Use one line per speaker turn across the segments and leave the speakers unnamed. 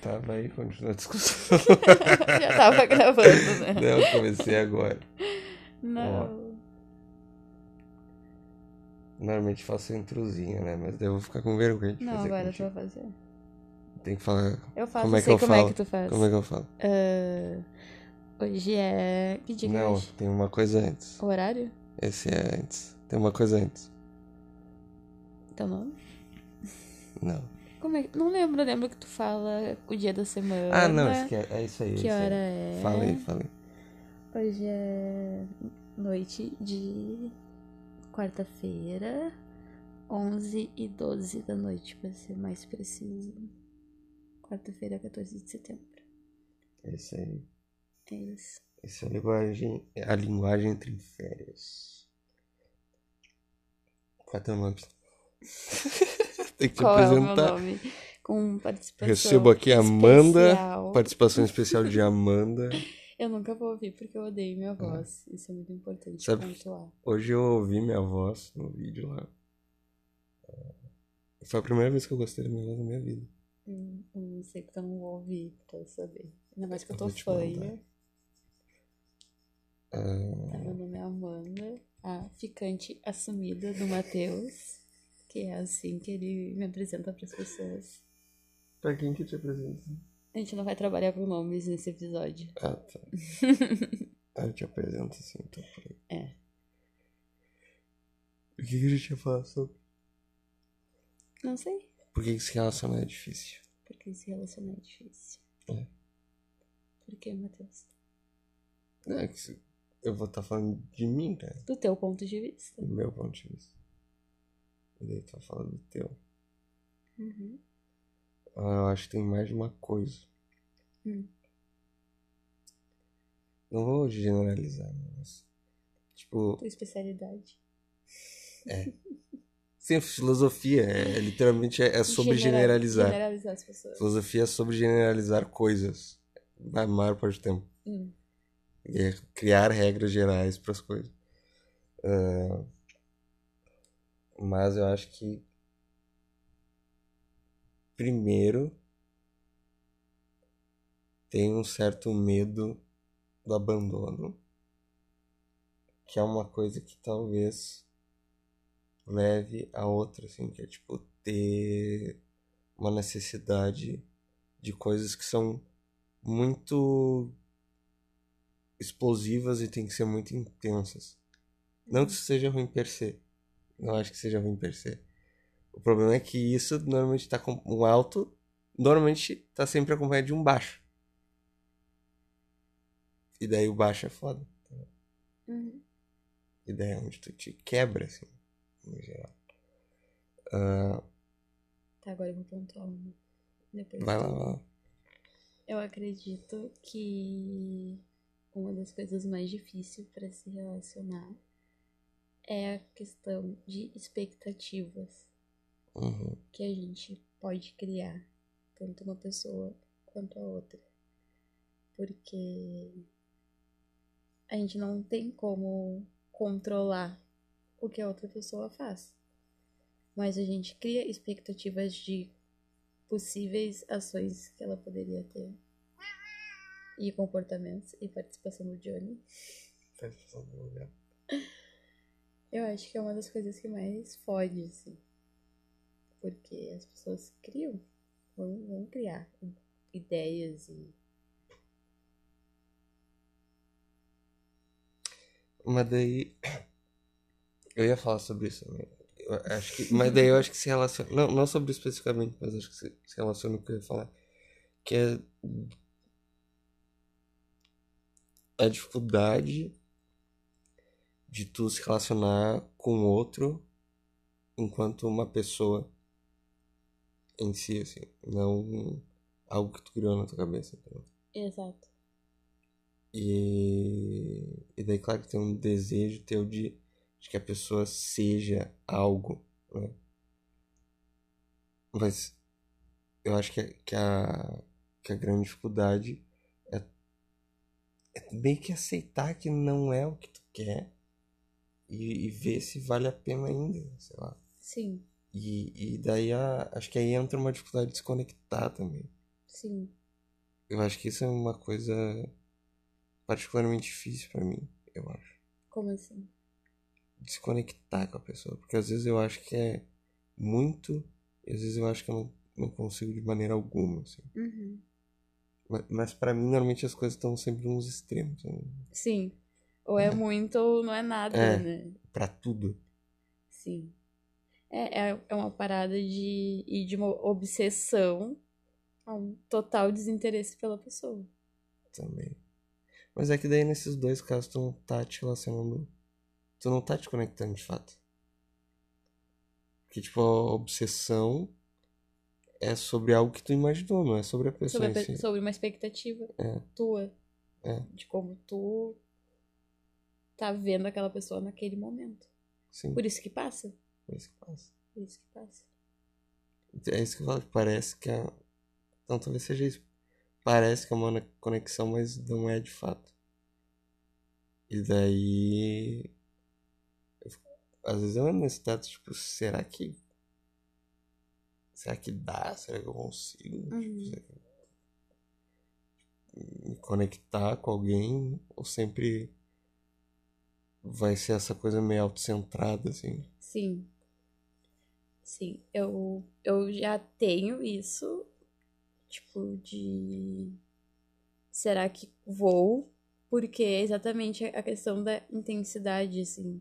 Tava aí, Tá, continua a discussão.
Já tava gravando, né?
Não, comecei agora.
Não.
Normalmente faço intrusinha, né? Mas daí eu vou ficar com vergonha de
Não,
fazer
agora tu
contigo.
vai fazer.
Tem que falar.
Eu faço,
Como é que
sei
eu
como
falo?
é que tu faz.
Como é que eu falo?
Ah, hoje é. Que dia que é
Não,
hoje?
tem uma coisa antes.
O horário?
Esse é antes. Tem uma coisa antes.
Teu nome?
Não.
Então, Como é que. Não lembro, eu lembro que tu fala o dia da semana.
Ah, não, esquece. É isso aí.
Que
isso aí.
hora é?
Falei, falei.
Hoje é noite de quarta-feira, 11 e 12 da noite, pra ser mais preciso. Quarta-feira, 14 de setembro.
É isso aí.
É isso.
Essa é a linguagem, é a linguagem entre férias. Qual é teu nome? Tem que te
Qual é o
apresentar.
meu nome? Com participação
Recebo aqui a Amanda.
especial.
Participação especial de Amanda.
Eu nunca vou ouvir porque eu odeio minha voz. Isso é muito importante
Sabe-
pontuar.
Hoje eu ouvi minha voz no vídeo lá. É, Foi a primeira vez que eu gostei da minha voz na minha vida.
Hum, Eu não sei porque eu não vou ouvir pra saber. Ainda mais que eu
Eu
tô
vou te
fanha.
mandar. Ah,
Tá, meu nome é Amanda, a ficante assumida do Matheus, que é assim que ele me apresenta pras pessoas.
pra quem que te apresenta?
A gente não vai trabalhar com nomes nesse episódio.
Ah, tá. ah, eu te apresento assim, então. peraí.
É.
O que, que a gente ia falar sobre?
Não sei,
Por que, que se relacionar é difícil?
porque se relacionar é difícil.
É.
Por que, Matheus?
É, que se- eu vou estar falando de mim, cara.
Do teu ponto de vista.
Do meu ponto de vista. E daí tu tá falando do teu.
Uhum.
Ah, eu acho que tem mais de uma coisa.
Hum.
Não vou generalizar, né, mas. Tipo,
Tua especialidade.
sim, filosofia é, é literalmente é, é sobre
Genera-
generalizar.
Generalizar as pessoas.
Filosofia é sobre generalizar coisas. Na maior parte do tempo.
Hum.
E é criar regras gerais para as coisas. Ah, mas eu acho que. Primeiro. Tem um certo medo do abandono. Que é uma coisa que talvez leve a outra, assim, que é tipo ter uma necessidade de coisas que são muito explosivas e tem que ser muito intensas. Não que isso seja ruim per se. Não acho que seja ruim per se. O problema é que isso normalmente tá com um alto, normalmente tá sempre acompanhado de um baixo. E daí o baixo é foda.
Uhum.
E daí é onde tu te quebra, assim, no geral. Ah,
Tá, agora eu vou pontuar uma. Depois
vai
tu-
lá, vai lá.
Eu acredito que uma das coisas mais difíceis para se relacionar é a questão de expectativas
Uhum.
que a gente pode criar, tanto uma pessoa quanto a outra. Porque a gente não tem como controlar o que a outra pessoa faz. Mas a gente cria expectativas de possíveis ações que ela poderia ter. E comportamentos e participação do Johnny. Eu acho que é uma das coisas que mais fode, assim. Porque as pessoas criam, vão, vão criar ideias e.
Mas daí. Eu ia falar sobre isso também. Eu acho que... Mas daí eu acho que se relaciona. Não, não sobre isso especificamente, mas acho que se, se relaciona com o que eu ia falar. Que é. A dificuldade de tu se relacionar com o outro enquanto uma pessoa em si, assim. Não algo que tu criou na tua cabeça, entendeu?
Exato.
E, e daí, claro que tem um desejo teu de, de que a pessoa seja algo, né? Mas eu acho que, a- que, a, que a grande dificuldade é, é meio que aceitar que não é o que tu quer e, e ver se vale a pena ainda, sei lá.
Sim,
E, e daí a, acho que aí entra uma dificuldade de se conectar também.
Sim.
Eu acho que isso é uma coisa particularmente difícil pra mim, eu acho.
Como assim?
Desconectar com a pessoa. Porque às vezes eu acho que é muito, e às vezes eu acho que eu não, não consigo de maneira alguma, assim.
Uhum.
Mas, mas para mim, normalmente as coisas estão sempre nos extremos. Né?
Sim. Ou é muito ou não é nada,
É.
né?
Pra tudo.
Sim. É, é, é uma parada de ir de uma obsessão a um total desinteresse pela pessoa.
também. Mas é que daí nesses dois casos tu não tá te relacionando. Tu não tá te conectando de fato. Porque, tipo, a obsessão é sobre algo que tu imaginou, não é sobre a pessoa
Sobre, a
em
pe-
si.
sobre uma expectativa
É.
tua.
É.
De como tu tá vendo aquela pessoa naquele momento.
Sim,
Por isso que passa.
é isso que passa.
Por isso que passa.
É isso que eu falo, que parece que a. Não, talvez seja isso. Parece que é uma conexão, mas não é de fato. E daí. eu fico- Às vezes eu ando nesse teto, tipo, será que. Será que dá? Será que eu consigo? Tipo,
Uhum.
será
Hum.
que- Me conectar com alguém? Ou sempre vai ser essa coisa meio autocentrada, assim?
Sim. Sim. Eu, eu já tenho isso. Tipo, de. Será que vou? Porque é exatamente a questão da intensidade, assim.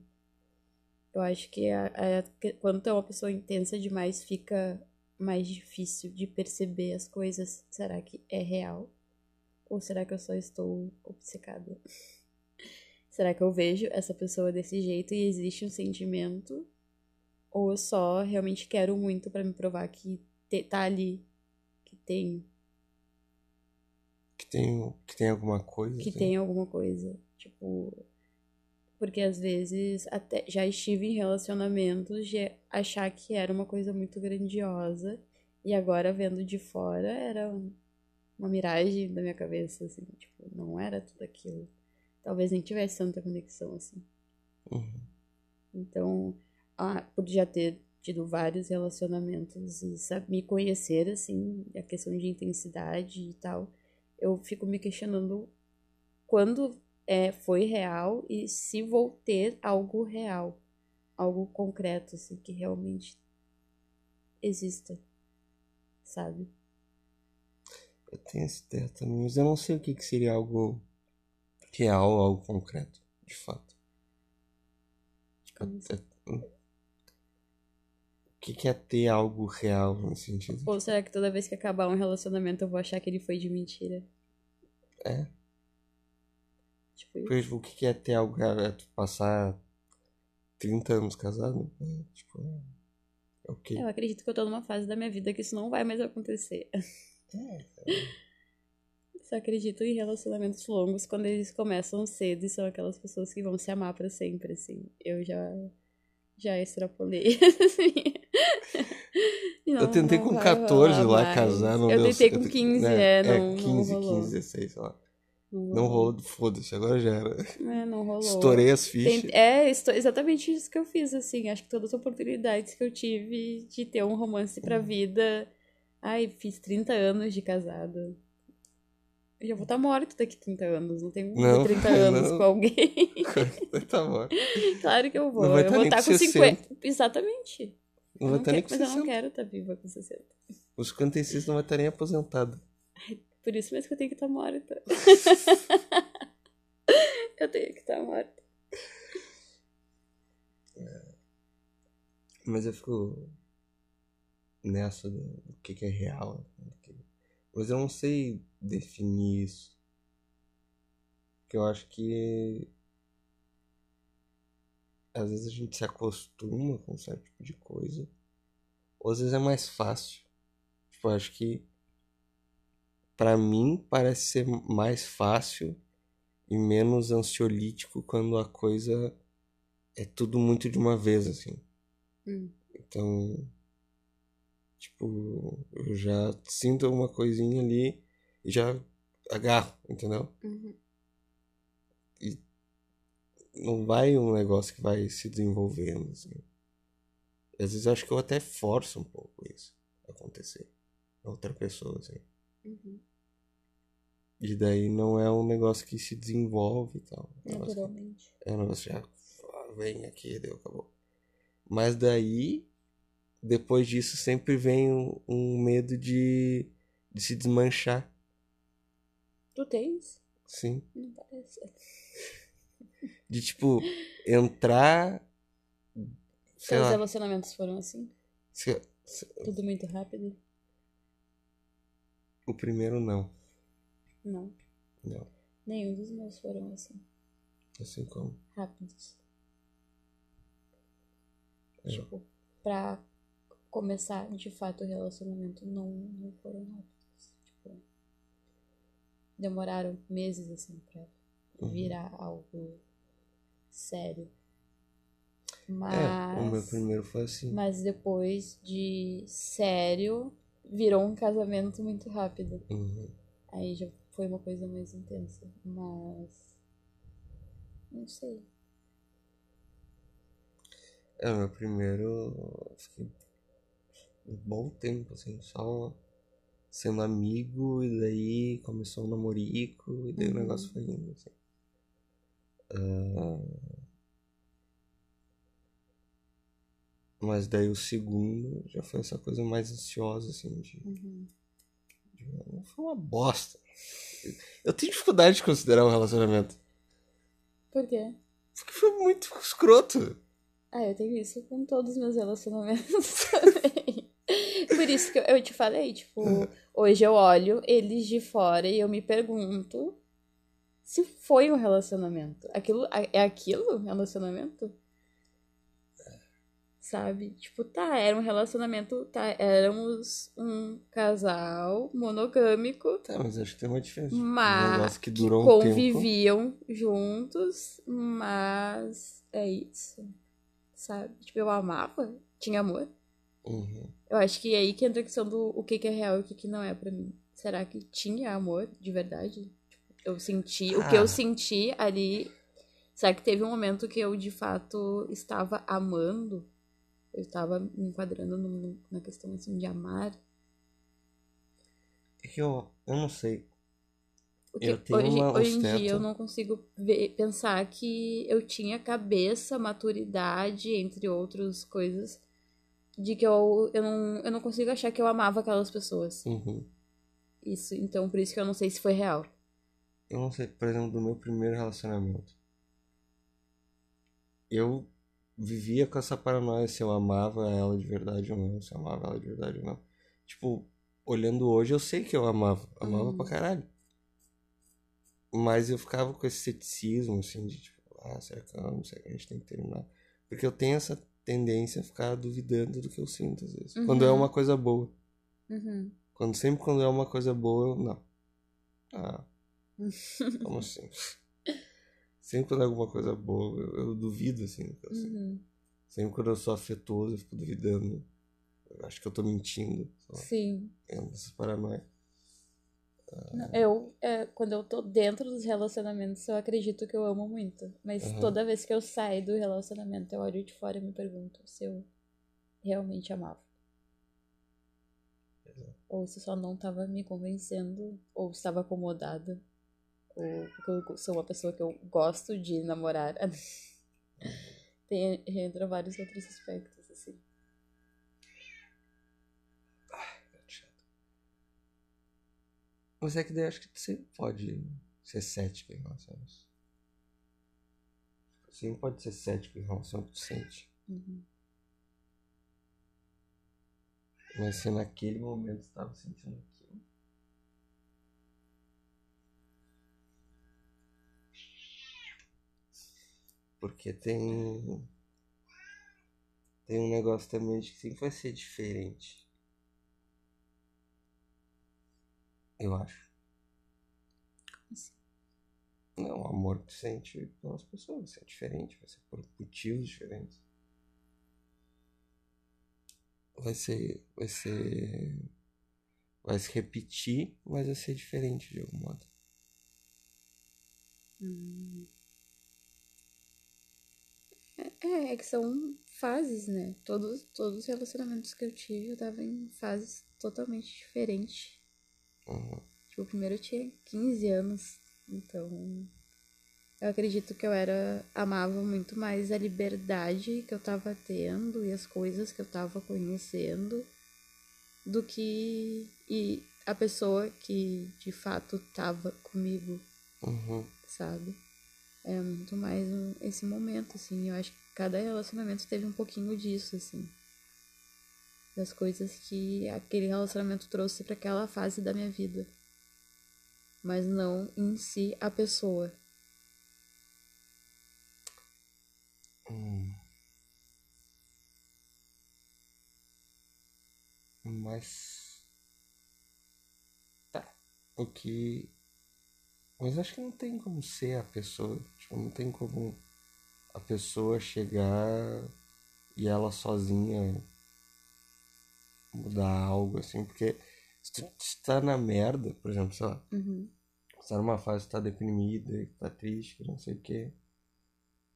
Eu acho que a, a- que- quando tu é uma pessoa intensa demais, fica mais difícil de perceber as coisas. Será que é real? Ou será que eu só estou obcecada? Será que eu vejo essa pessoa desse jeito e existe um sentimento? Ou eu só realmente quero muito pra me provar que te, tá ali, que tem,
Que tem, que tem alguma coisa,
que
assim.
tem alguma coisa? Tipo, porque às vezes até já estive em relacionamentos de achar que era uma coisa muito grandiosa e agora vendo de fora era um, uma miragem da minha cabeça, assim, tipo, não era tudo aquilo. Talvez nem tivesse tanta conexão assim.
Uhum.
Então, ah, por já ter tido vários relacionamentos e sa- me conhecer, assim, a questão de intensidade e tal, eu fico me questionando quando é, foi real e se vou ter algo real, algo concreto, assim, que realmente exista, sabe?
Eu tenho esse ideia também, mas eu não sei o que, que seria algo real, algo concreto, de fato. Tipo,
Como
é- é- o que, que é ter algo real nesse sentido?
Ou será que toda vez que acabar um relacionamento eu vou achar que ele foi de mentira?
É.
Tipo, isso.
Porque, tipo, o que, que é ter algo real? É tu passar 30 anos casado? É, tipo, é o quê?
eu acredito que eu tô numa fase da minha vida que isso não vai mais acontecer.
É, então.
Só acredito em relacionamentos longos quando eles começam cedo e são aquelas pessoas que vão se amar pra sempre, assim. Eu já já extrapolei. assim. E
eu tentei
não
com
vai
14 lá
rolar mais.
casar, não
Eu
deu
tentei
certo.
com 15,
né?
é, não,
é, 15,
não rolou.
15, 16, sei lá.
Não rolou.
Não rolou, foda-se, agora já era.
É, não rolou.
Estourei as fichas.
Tem- É, esto- exatamente isso que eu fiz, assim. Acho que todas as oportunidades que eu tive de ter um romance pra vida. Ai, fiz 30 anos de casado. Eu já vou estar morta daqui 30 anos. Não tenho como
Não,
viver 30 anos
não.
com alguém.
tá bom.
Claro que eu vou.
Não vai
eu
tá
vou
nem
estar
com
com 50. Exatamente.
Não vai
Eu não
estar
quero-
nem com
mas eu
60.
não quero estar viva com 60.
Os 56 não vai estar nem aposentado.
Por isso mesmo que eu tenho que estar morta. eu tenho que estar morta.
Mas eu fico nessa do, do que, que é real. né? do que- Mas eu não sei definir isso. Porque eu acho que às vezes a gente se acostuma com um certo tipo de coisa. Ou às vezes é mais fácil. Tipo, eu acho que pra mim parece ser mais fácil e menos ansiolítico quando a coisa é tudo muito de uma vez, assim.
Hum.
Então, tipo, eu já sinto alguma coisinha ali e já agarro, entendeu?
Uhum.
Não vai um negócio que vai se desenvolvendo, assim. Às vezes eu acho que eu até forço um pouco isso acontecer. na Outra pessoa, assim.
Uhum.
E daí não é um negócio que se desenvolve e tal. É um negócio que-
Naturalmente.
É um negócio que já ah, vem aqui, deu, acabou. Mas daí, depois disso, sempre vem um, um medo de, de se desmanchar.
Tu tens?
Sim.
Não parece.
De tipo, entrar. Sei
Seus
lá.
relacionamentos foram assim?
se- se-
Tudo muito rápido?
o primeiro não.
Não.
Não.
Nenhum dos meus foram assim.
Assim como.
Rápidos.
É.
Tipo, pra começar de fato o relacionamento, não, não foram rápidos. Tipo, demoraram meses assim pra
Uhum.
virar algo sério.
É, o meu
Mas.
primeiro foi assim.
Mas depois de sério, virou um casamento muito rápido.
Uhum.
Aí já foi uma coisa mais intensa. Mas. Não sei.
É, o meu primeiro. eu Fiquei um bom tempo, assim, só sendo amigo, e daí começou o namorico, e daí o
Uhum.
negócio foi indo, assim. Ah, Mas daí o segundo já foi essa coisa mais ansiosa, assim, de.
Uhum.
de- Foi uma bosta. Eu tenho dificuldade de considerar um relacionamento.
Por quê?
Porque foi muito escroto.
Ah, eu tenho isso com todos os meus relacionamentos também. Por isso que eu, eu te falei, tipo, hoje eu olho eles de fora e eu me pergunto se foi um relacionamento. Aquilo, a- é aquilo um relacionamento? Sabe? Tipo, tá, era um relacionamento, tá, éramos um casal monogâmico,
Tá, mas acho que tem uma diferença. Um
mas
negócio que durou um tempo.
conviviam juntos, mas é isso, sabe? Tipo, eu amava, tinha amor.
Uhum.
Eu acho que é aí que entra a questão do o que, que é real e o que, que não é pra mim. Será que tinha amor de verdade? Tipo, eu senti, o que
Ah.
eu senti ali. Será que teve um momento que eu de fato estava amando? Eu estava me enquadrando num- na questão assim de amar.
É que eu, eu não sei.
O que
Eu tenho
hoje,
uma- uns
hoje em dia
teto.
eu não consigo ver- pensar que eu tinha cabeça, maturidade, entre outras coisas, de que eu, eu, não, eu não consigo achar que eu amava aquelas pessoas.
Uhum.
Isso, então por isso que eu não sei se foi real.
Eu não sei, por exemplo, do meu primeiro relacionamento. Eu vivia com essa paranoia se eu amava ela de verdade ou não, se eu amava ela de verdade ou não. Tipo, olhando hoje, eu sei que eu amava. Amava
Uhum.
pra caralho. Mas eu ficava com esse ceticismo, assim, de tipo, ah, será que eu amo? Será que a gente tem que terminar? Porque eu tenho essa tendência a ficar duvidando do que eu sinto, às vezes.
Uhum.
Quando é uma coisa boa.
Uhum.
Quando, sempre quando é uma coisa boa, eu não. Ah, como assim? sempre quando é alguma coisa boa, eu, eu duvido, assim, do que eu sinto.
Uhum.
Sempre quando eu sou afetuoso, eu fico duvidando. Eu acho que eu tô mentindo. sei lá.
Sim.
É um desses paranoia.
Eu, é, quando eu tô dentro dos relacionamentos, eu acredito que eu amo muito. Mas
Uhum.
toda vez que eu saio do relacionamento, eu olho de fora e me pergunto se eu realmente amava. Ou se só não tava me convencendo, ou estava acomodada. Ou porque eu sou uma pessoa que eu gosto de namorar. Tem, entra vários outros aspectos, assim.
Mas é que daí eu acho que você pode ser cético em relação a isso. Você não pode ser cético em relação ao que você sente.
Uhum.
Mas se naquele momento você estava sentindo aquilo. Porque tem. Tem um negócio também de que sempre vai ser diferente. Eu acho.
Assim.
Não, o amor que tu sente pelas pessoas vai ser diferente, vai ser por motivos diferentes. Vai ser. Vai ser. Vai se repetir, mas vai ser diferente de algum modo.
É, é que são fases, né? Todos, todos os relacionamentos que eu tive, eu tava em fases totalmente diferentes Tipo, primeiro eu tinha 15 anos, então eu acredito que eu era amava muito mais a liberdade que eu tava tendo e as coisas que eu tava conhecendo do que e a pessoa que de fato tava comigo,
Uhum.
sabe? É muito mais um- esse momento assim, eu acho que cada relacionamento teve um pouquinho disso assim. Das coisas que aquele relacionamento trouxe pra aquela fase da minha vida. Mas não em si a pessoa.
Mas. Tá. O que. Mas acho que não tem como ser a pessoa. Tipo, não tem como a pessoa chegar e ela sozinha mudar algo, assim. Porque se tu se tá na merda, por exemplo, sei lá,
Uhum.
se tá numa fase que tá deprimida, que tá triste, que não sei o quê.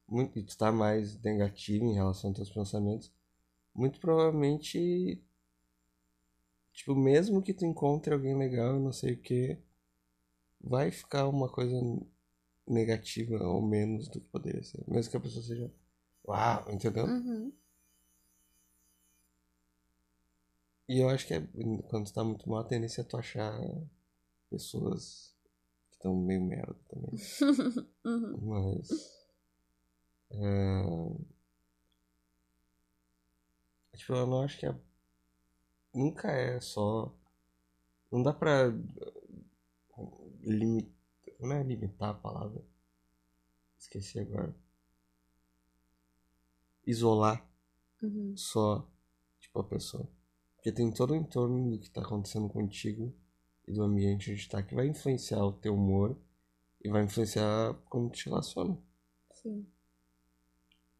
Muito, e tu tá mais negativo em relação aos teus pensamentos. Muito provavelmente Tipo, mesmo que tu encontre alguém legal, e não sei o que, vai ficar uma coisa negativa ou menos do que poderia ser. Mesmo que a pessoa seja. Uau, entendeu?
Uhum.
E eu acho que é, quando tu tá muito mal, a tendência é tu achar pessoas que estão meio merda também.
Uhum.
Mas. é, Tipo, eu não acho que é. Nunca é só. Não dá pra. Limitar. Não é limitar a palavra. Esqueci agora. Isolar.
Uhum.
só, tipo, a pessoa. Porque tem todo o entorno do que tá acontecendo contigo e do ambiente onde tá, que vai influenciar o teu humor e vai influenciar como tu te relaciona.
Sim.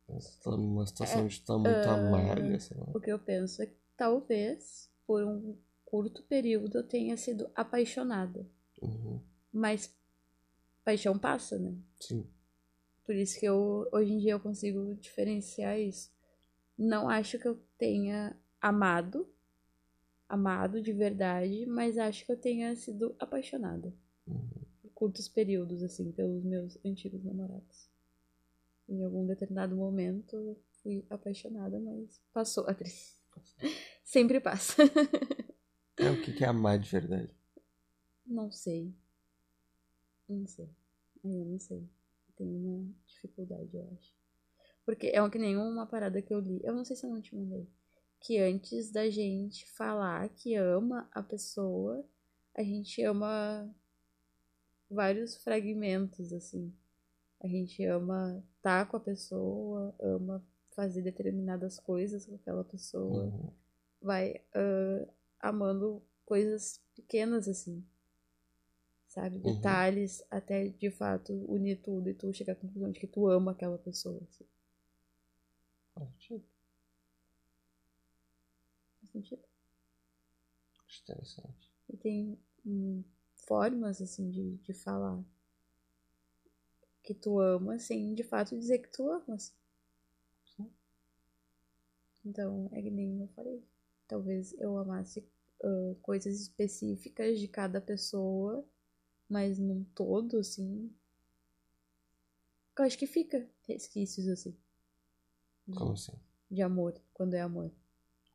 Então, Se tu tá numa
É,
situação onde tu tá muito
ah,
amarga, assim, né? sei lá.
O que eu penso é que talvez por um curto período eu tenha sido apaixonada.
Uhum.
Mas paixão passa, né?
Sim.
Por isso que eu hoje em dia eu consigo diferenciar isso. Não acho que eu tenha amado, amado de verdade, mas acho que eu tenha sido apaixonada. Por curtos períodos, assim, pelos meus antigos namorados. Em algum determinado momento eu fui apaixonada, mas passou a tristeza. Sempre passa.
É o que que é amar de verdade.
Não sei. Não sei. É, Eu não sei. Tem uma dificuldade, eu acho. Porque é que nem uma parada que eu li. Eu não sei se eu não te mandei. Que antes da gente falar que ama a pessoa, a gente ama vários fragmentos, assim. A gente ama estar com a pessoa, ama fazer determinadas coisas com aquela pessoa.
Uhum.
vai ah, amando coisas pequenas assim, sabe?
Uhum.
Detalhes até de fato unir tudo e tu chegar à conclusão de que tu ama aquela pessoa. Assim.
Faz sentido.
Faz sentido?
Acho interessante.
E tem hum, formas assim de, de falar que tu ama sem de fato dizer que tu ama. assim.
Sim.
Então é que nem eu falei. Talvez eu amasse ah, coisas específicas de cada pessoa, mas num todo, assim. Eu acho que fica resquícios assim.
Como assim?
de amor, quando é amor,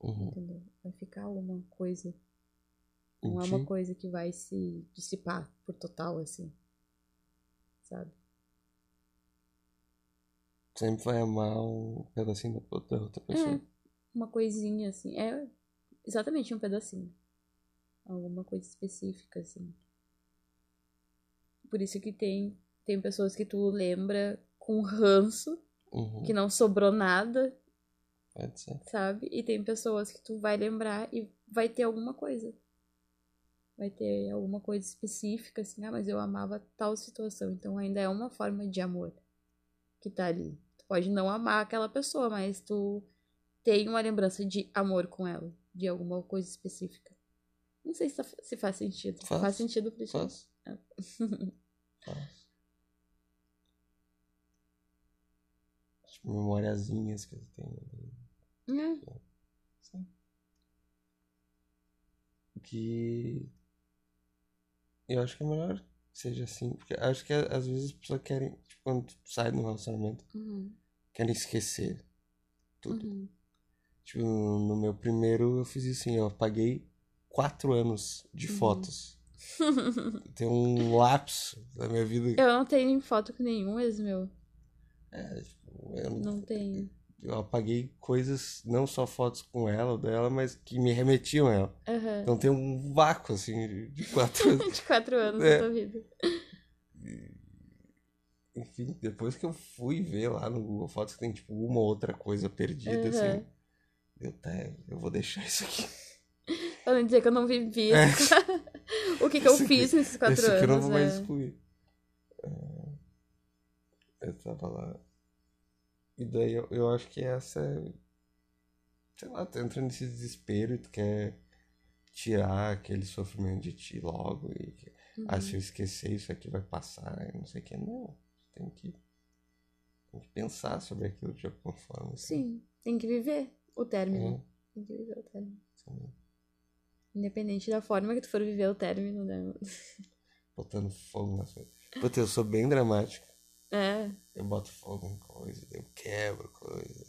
Uhum.
entendeu? Vai ficar uma coisa, não é
Em
uma
ti?
coisa que vai se dissipar por total, assim, sabe?
Sempre vai amar um pedacinho da outra da outra pessoa.
É, Uma coisinha, assim, é exatamente um pedacinho, alguma coisa específica, assim. Por isso que tem, tem pessoas que tu lembra com ranço,
Uhum.
Hum. que não sobrou nada,
Pode ser.
sabe? E tem pessoas que tu vai lembrar e vai ter alguma coisa. Vai ter alguma coisa específica, assim, ah, mas eu amava tal situação. Então ainda é uma forma de amor que tá ali. Tu pode não amar aquela pessoa, mas tu tem uma lembrança de amor com ela, de alguma coisa específica. Não sei se, tá- se faz sentido.
Faz.
sentido pra ti?
Faz?
Ah.
Faz. As memóriazinhas que eu tenho né? ali.
É.
Sim. Que eu acho que é melhor que seja assim, porque acho que às vezes as pessoas querem, tipo, quando tu sai de um relacionamento,
Uhum.
querem esquecer tudo.
Uhum.
Tipo, no meu primeiro eu fiz isso, assim, eu apaguei quatro anos de
Uhum.
fotos. Tem um lapso da minha vida.
Eu não tenho foto com nenhum ex meu.
É, tipo, eu,
Não tenho.
eu apaguei coisas, não só fotos com ela ou dela, mas que me remetiam a ela.
Aham.
Então tem um vácuo, assim, de- de quatro anos.
De quatro anos
É.
da tua vida.
Enfim, depois que eu fui ver lá no Google Fotos que tem tipo uma ou outra coisa perdida,
Aham.
assim. Eu, tá, eu vou deixar isso aqui.
Pra não dizer que eu não vivi.
É.
o que, que eu
Esse aqui-
fiz nesses quatro
Esse aqui eu não
anos,
vou
né?
mais excluir. É, Eu tava lá. E daí eu, eu acho que essa é. Sei lá, tu entra nesse desespero e tu quer tirar aquele sofrimento de ti logo. E que- ah, se eu esquecer isso aqui vai passar, e não sei o que. Não, tem que, tem que pensar sobre aquilo de alguma forma. assim.
Sim, tem que viver o término.
É,
Tem que viver o término.
assim,
Independente da forma que tu for viver o término, né?
botando fogo nas coisas. Puta, eu sou bem dramático.
É,
Eu boto fogo em coisa, eu quebro coisa.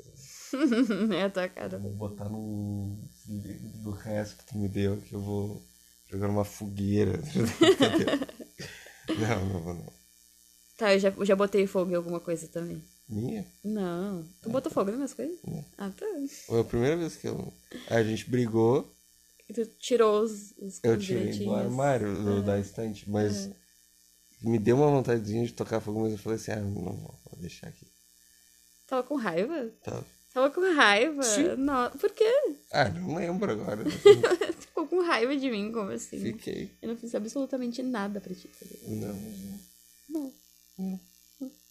é a tua cara.
Eu vou botar no. do resto que tu me deu, que eu vou jogar numa fogueira. não, não vou não.
Tá, eu já, eu já botei fogo em alguma coisa também.
Minha?
Não. Tu botou fogo nas minhas coisas?
Não.
Ah, tá.
Foi a primeira vez que eu. A gente brigou,
E tu tirou os, os
eu
os
tirei do
bilhetinhos.
armário, do- da estante, mas. Me deu uma vontadezinha de tocar fogo, mas eu falei assim, ah, não vou, vou deixar aqui.
Tava com raiva?
Tá.
Tava com raiva?
Sim.
Não. Por quê?
Ah, não lembro agora.
Tu ficou com raiva de mim, como assim?
Fiquei.
Eu não fiz absolutamente nada pra ti. tá ligado?
Não.
Não.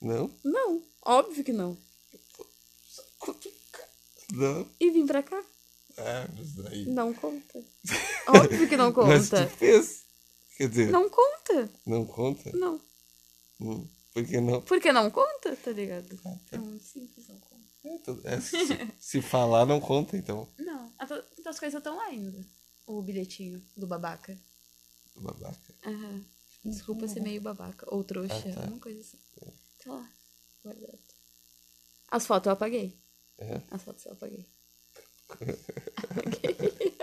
Não?
Não. Óbvio que não.
Não.
E vim pra cá.
Ah, mas daí.
Não conta. Óbvio que não
Mas
conta.
tu fez. Quer dizer, não,
Não conta.
conta?
Não.
Hum, Por que não?
Porque não conta, tá ligado?
Ah, tá.
É muito simples, não conta.
É, tu- é, se, se falar, não conta, então.
Não. As tuas coisas estão lá ainda. O bilhetinho do babaca.
Babaca.
Aham. Desculpa ser meio babaca. Ou trouxa.
Uhum. Ah, tá.
Uma coisa assim. Sei lá. Guardado. As fotos eu apaguei.
É.
As fotos eu apaguei. apaguei.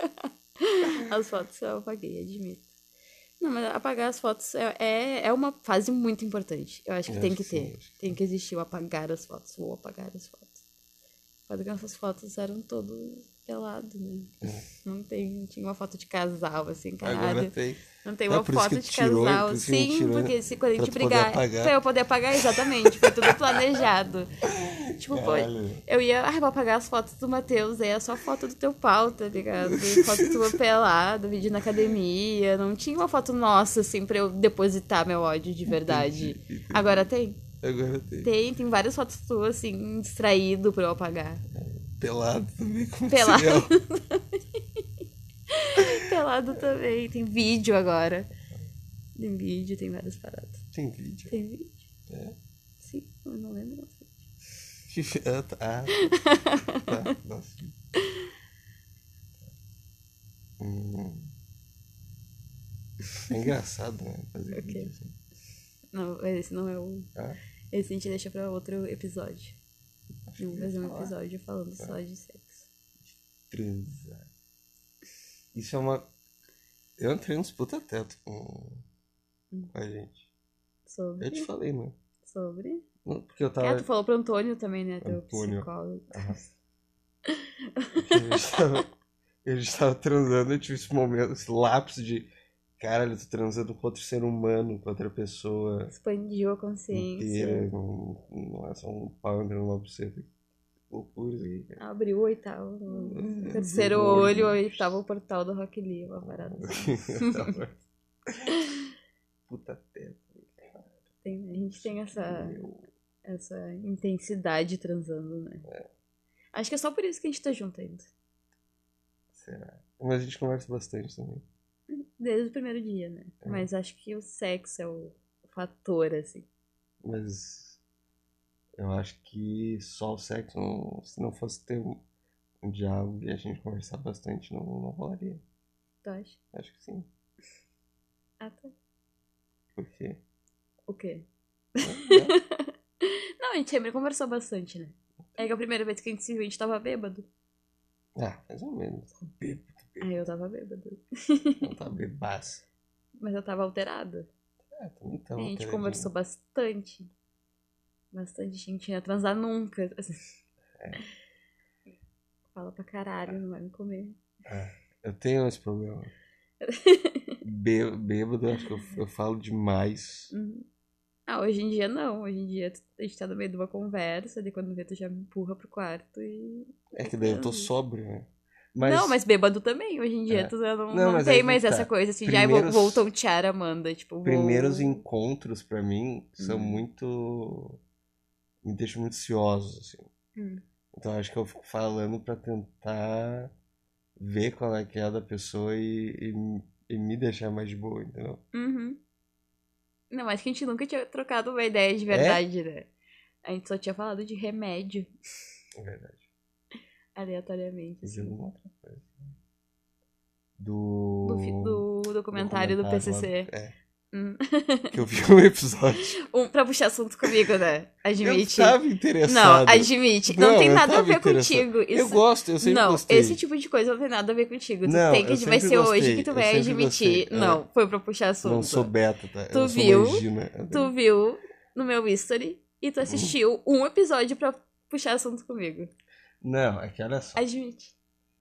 As fotos eu apaguei, admito. Não, mas apagar as fotos é, é, é uma fase muito importante. Eu acho que
Eu
tem
acho que
que
sim,
ter.
acho que
tem que existir o apagar as fotos. Ou apagar as fotos. Porque essas fotos eram todo pelado, né? Não, tem, não tinha uma foto de casal, assim, caralho.
É. Agora tem.
Não tem
É,
uma
por isso
foto que de
tirou,
casal.
por isso que
Sim,
tirou,
porque se quando a
pra
gente
tu poder
brigar.
apagar.
Pra eu poder apagar, exatamente. Foi tudo planejado. tipo, foi.
Caralho.
Eu ia, ah, vou apagar as fotos do Matheus, aí é só foto do teu pau, tá ligado? E foto tua pelada, vídeo na academia. Não tinha uma foto nossa, assim, pra eu depositar meu ódio de verdade.
Entendi, entendi.
Agora tem?
Agora tem.
Tem, tem várias fotos tuas, assim, distraído pra eu apagar.
Pelado também. como
Pelado.
serial.
Pelado também, tem vídeo agora. Tem vídeo, tem várias paradas.
Tem vídeo.
Tem vídeo?
É.
Sim, eu não lembro.
Ah, tá. Ah, tá. Tá, Nossa. Hum. É engraçado, né? Fazer
Ok.
vídeo assim.
Não, esse não é o.
Ah,
Esse a gente deixa pra outro episódio. Vamos fazer um
falar. É.
episódio falando só de sexo.
transar. Isso é uma. Eu entrei num disputa teto com, com a gente. Eu
Sobre.
te falei, né?
Sobre.
Não, Porque eu
Ah, tu
tava.
falou pro Antônio também, né? Teu
Tá. Antônio.
psicólogo.
Ah. Porque a gente tava. A gente tava transando, eu tive esse momento, esse lapso de. Caralho, eu tô transando com outro ser humano, com outra pessoa
Expandiu a consciência.
inteira. Não, não é só um pau entrando numa buceta. Que Loucura isso aqui, cara.
Abriu o oitavo.
Hum,
terceiro
abriu o
olho, o
olho.
oitavo portal do Rock Lee. Uma parada. assim.
Puta teta. Uhum.
Tem- a gente tem essa,
Meu.
essa intensidade transando, né? Acho que é só por isso que a gente tá junto ainda.
Será? Mas a gente conversa bastante também.
Desde o primeiro dia, né?
É.
Mas acho que o sexo é o fator, assim.
Mas eu acho que só o sexo, não- se não fosse ter um, um diálogo e a gente conversar bastante, não, não rolaria.
Tu acha?
Acho que sim.
Ah, tá. quê?
Né?
Não, a gente sempre conversou bastante, né? É que a primeira vez que a gente se viu, a gente tava bêbado.
Ah, mais ou menos. Tá bêbado,
Aí eu tava bêbado.
não tá bebaça.
Mas eu tava alterada.
É, também tá
a
uma
gente
alteradinha.
conversou bastante. Bastante. A gente não ia transar nunca. assim. Fala pra caralho, não vai me comer.
Eu tenho esse problema. Bê- Bêbado, eu acho que eu, eu falo demais.
Uhum. Ah, hoje em dia não. Hoje em dia tu- a gente tá no meio de uma conversa, daí quando vê tu já me empurra pro quarto e.
É que daí eu tô sóbrio, né? Mas,
Não, mas bêbado também. Hoje em dia
É.
tu já não,
Não,
não,
mas aí
tem
que
mais
tá.
essa coisa assim de ai, vou,
Primeiros-
vou tontear a Amanda. Tipo, vou...
primeiros encontros pra mim são
Hum.
muito. me deixam muito ansiosos, assim.
Hum.
Então acho que eu fico falando pra tentar ver qual é que é da pessoa e, e, e me deixar mais de boa, entendeu?
Uhum. Não, mas que a gente nunca tinha trocado uma ideia de verdade, né? A gente só tinha falado de remédio
É verdade.
aleatoriamente.
E de
Assim.
alguma outra coisa. Do.
Do, fi- do documentário do PCC.
lá- É.
Hum.
Que eu vi um episódio.
Um, pra puxar assunto comigo, né? Admite.
Eu tava
Não,
interessado.
admite. Não,
Não,
tem
eu
nada a
tava
ver
interessado.
contigo. Isso...
Eu gosto, eu sempre
não,
gostei.
esse tipo de coisa não tem nada a ver contigo. Tu
Não,
tem que
eu sempre
vai ser hoje
gostei,
que tu
eu
vai
sempre
admitir.
gostei, é.
Não, foi pra puxar assunto.
Não sou beta, tá?
Tu
eu sou
viu?
Mangina.
Tu viu no meu history e tu assistiu um episódio pra puxar assunto comigo.
Não, é que olha só.
Admite.